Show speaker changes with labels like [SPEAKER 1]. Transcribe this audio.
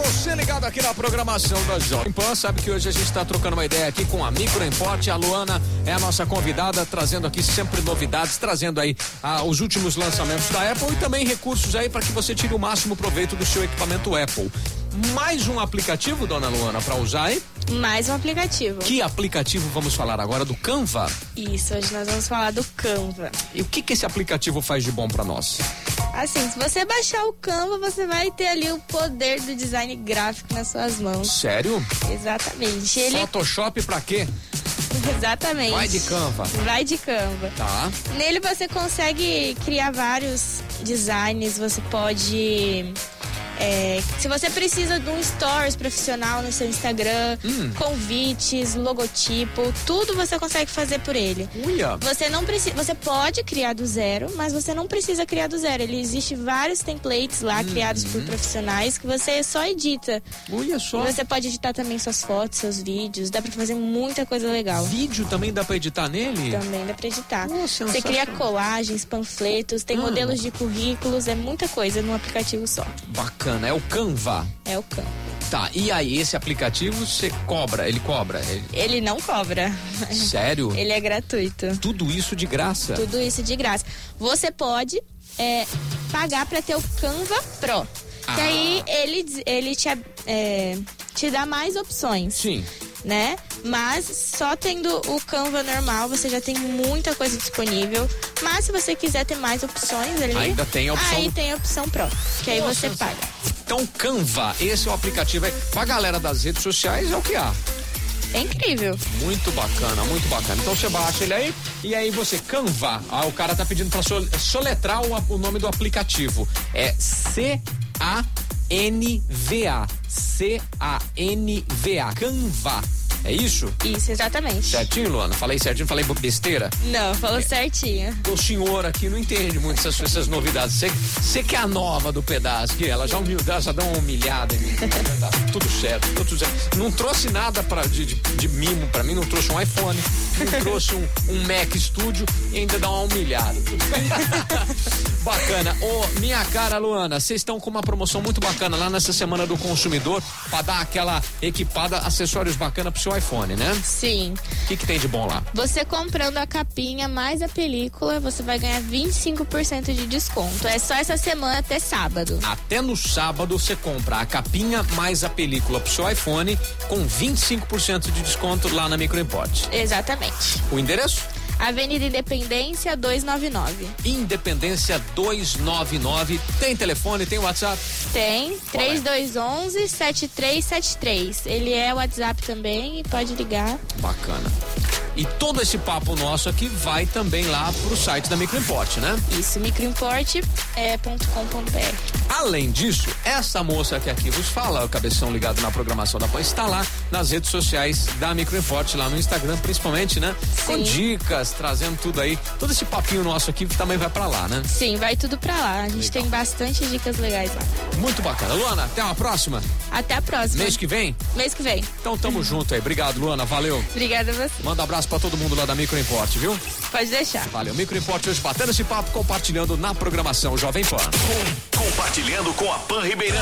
[SPEAKER 1] Voltando aqui na programação da Jovem Pan, sabe que hoje a gente está trocando uma ideia aqui com um a Micro Import. A Luana é a nossa convidada, trazendo aqui sempre novidades, trazendo aí ah, os últimos lançamentos da Apple e também recursos aí para que você tire o máximo proveito do seu equipamento Apple. Mais um aplicativo, dona Luana, para usar, hein?
[SPEAKER 2] Mais um aplicativo.
[SPEAKER 1] Que aplicativo vamos falar agora? Do Canva?
[SPEAKER 2] Isso, hoje nós vamos falar do Canva.
[SPEAKER 1] E o que, que esse aplicativo faz de bom para nós?
[SPEAKER 2] Assim, se você baixar o Canva, você vai ter ali o poder do design gráfico nas suas mãos.
[SPEAKER 1] Sério?
[SPEAKER 2] Exatamente. Ele é
[SPEAKER 1] Photoshop para quê?
[SPEAKER 2] Exatamente.
[SPEAKER 1] Vai de Canva.
[SPEAKER 2] Vai de Canva.
[SPEAKER 1] Tá.
[SPEAKER 2] Nele você consegue criar vários designs, você pode. é, se você precisa de um stories profissional no seu Instagram,
[SPEAKER 1] Hum.
[SPEAKER 2] convites, logotipo, tudo você consegue fazer por ele.
[SPEAKER 1] Uia.
[SPEAKER 2] Você não precisa, você pode criar do zero, mas você não precisa criar do zero. Ele existe vários templates lá
[SPEAKER 1] Uhum.
[SPEAKER 2] criados por profissionais que você só edita.
[SPEAKER 1] Olha
[SPEAKER 2] E
[SPEAKER 1] só.
[SPEAKER 2] você pode editar também suas fotos, seus vídeos, dá pra fazer muita coisa legal.
[SPEAKER 1] Vídeo também dá pra editar nele?
[SPEAKER 2] Também dá pra editar.
[SPEAKER 1] Oh,
[SPEAKER 2] Você
[SPEAKER 1] sensacional.
[SPEAKER 2] cria colagens, panfletos, tem
[SPEAKER 1] Ah.
[SPEAKER 2] modelos de currículos, é muita coisa num aplicativo só.
[SPEAKER 1] Bacana, é o Canva.
[SPEAKER 2] É o campo.
[SPEAKER 1] Tá, e aí, esse aplicativo você cobra, ele cobra? Ele-
[SPEAKER 2] Ele não cobra,
[SPEAKER 1] Sério?
[SPEAKER 2] ele é gratuito.
[SPEAKER 1] Tudo isso de graça?
[SPEAKER 2] Tudo isso de graça. Você pode é, pagar pra ter o Canva Pro. Que
[SPEAKER 1] Ah.
[SPEAKER 2] aí ele, diz- ele te, ab- é, te dá mais opções,
[SPEAKER 1] Sim.
[SPEAKER 2] né? Mas só tendo o Canva normal, você já tem muita coisa disponível. Mas se você quiser ter mais opções ali...
[SPEAKER 1] Ainda tem a opção-
[SPEAKER 2] Aí tem a opção Pro, que aí
[SPEAKER 1] Nossa,
[SPEAKER 2] você paga.
[SPEAKER 1] Então, Canva, esse é o aplicativo aí. Pra galera das redes sociais, é o que há.
[SPEAKER 2] É incrível.
[SPEAKER 1] Muito bacana, muito bacana. Então você baixa ele aí e aí você Canva. Ah, o cara tá pedindo pra sol- soletrar o, a- o nome do aplicativo. É C A N V A. C A N V A. Canva. É isso?
[SPEAKER 2] Isso, exatamente.
[SPEAKER 1] Certinho, Luana? Falei certinho, falei besteira?
[SPEAKER 2] Não,
[SPEAKER 1] É.
[SPEAKER 2] falou certinho.
[SPEAKER 1] O senhor aqui não entende muito essas, essas novidades. Você- Você que é a nova do pedaço, que ela já humildade, já dá uma humilhada em mim. Tá tudo certo, tudo certo. Não trouxe nada pra, de, de- de mimo pra mim, não trouxe um iPhone, não trouxe um, um Mac Studio e ainda dá uma humilhada. Bacana. Ô, minha cara, Luana, vocês estão com uma promoção muito bacana lá nessa semana do consumidor pra dar aquela equipada, acessórios bacana pro seu iPhone, né?
[SPEAKER 2] Sim.
[SPEAKER 1] O que, que tem de bom lá?
[SPEAKER 2] Você comprando a capinha mais a película, você vai ganhar 25% de desconto. É só essa semana até sábado.
[SPEAKER 1] Até no sábado você compra a capinha mais a película pro seu iPhone com 25% de desconto lá na Micro Import.
[SPEAKER 2] Exatamente.
[SPEAKER 1] O endereço?
[SPEAKER 2] Avenida Independência 299.
[SPEAKER 1] Independência 299. Tem telefone, tem WhatsApp.
[SPEAKER 2] Tem
[SPEAKER 1] Qual é?
[SPEAKER 2] 3211 7373. Ele é WhatsApp também, pode ligar.
[SPEAKER 1] Bacana. E todo esse papo nosso aqui vai também lá pro site da Micro Import, né?
[SPEAKER 2] Isso, microimporte.com.br.
[SPEAKER 1] Além disso, essa moça que aqui vos fala, o cabeção ligado na programação da Pan, está lá nas redes sociais da Microinforte, lá no Instagram principalmente, né? Com
[SPEAKER 2] Sim.
[SPEAKER 1] dicas, trazendo tudo aí. Todo esse papinho nosso aqui também vai pra lá, né?
[SPEAKER 2] Sim, vai tudo pra lá. A gente tem bastante dicas legais lá.
[SPEAKER 1] Muito bacana. Luana, até uma próxima.
[SPEAKER 2] Até a próxima.
[SPEAKER 1] Mês que vem.
[SPEAKER 2] Mês que vem.
[SPEAKER 1] Então tamo junto aí. Obrigado, Luana. Valeu.
[SPEAKER 2] Obrigada a você.
[SPEAKER 1] Manda abraço pra todo mundo lá da Microinforte, viu?
[SPEAKER 2] Pode deixar.
[SPEAKER 1] Valeu. Microinforte hoje batendo esse papo, compartilhando na programação Jovem Pan.
[SPEAKER 3] Com- compartilhando com a Pan Ribeirão.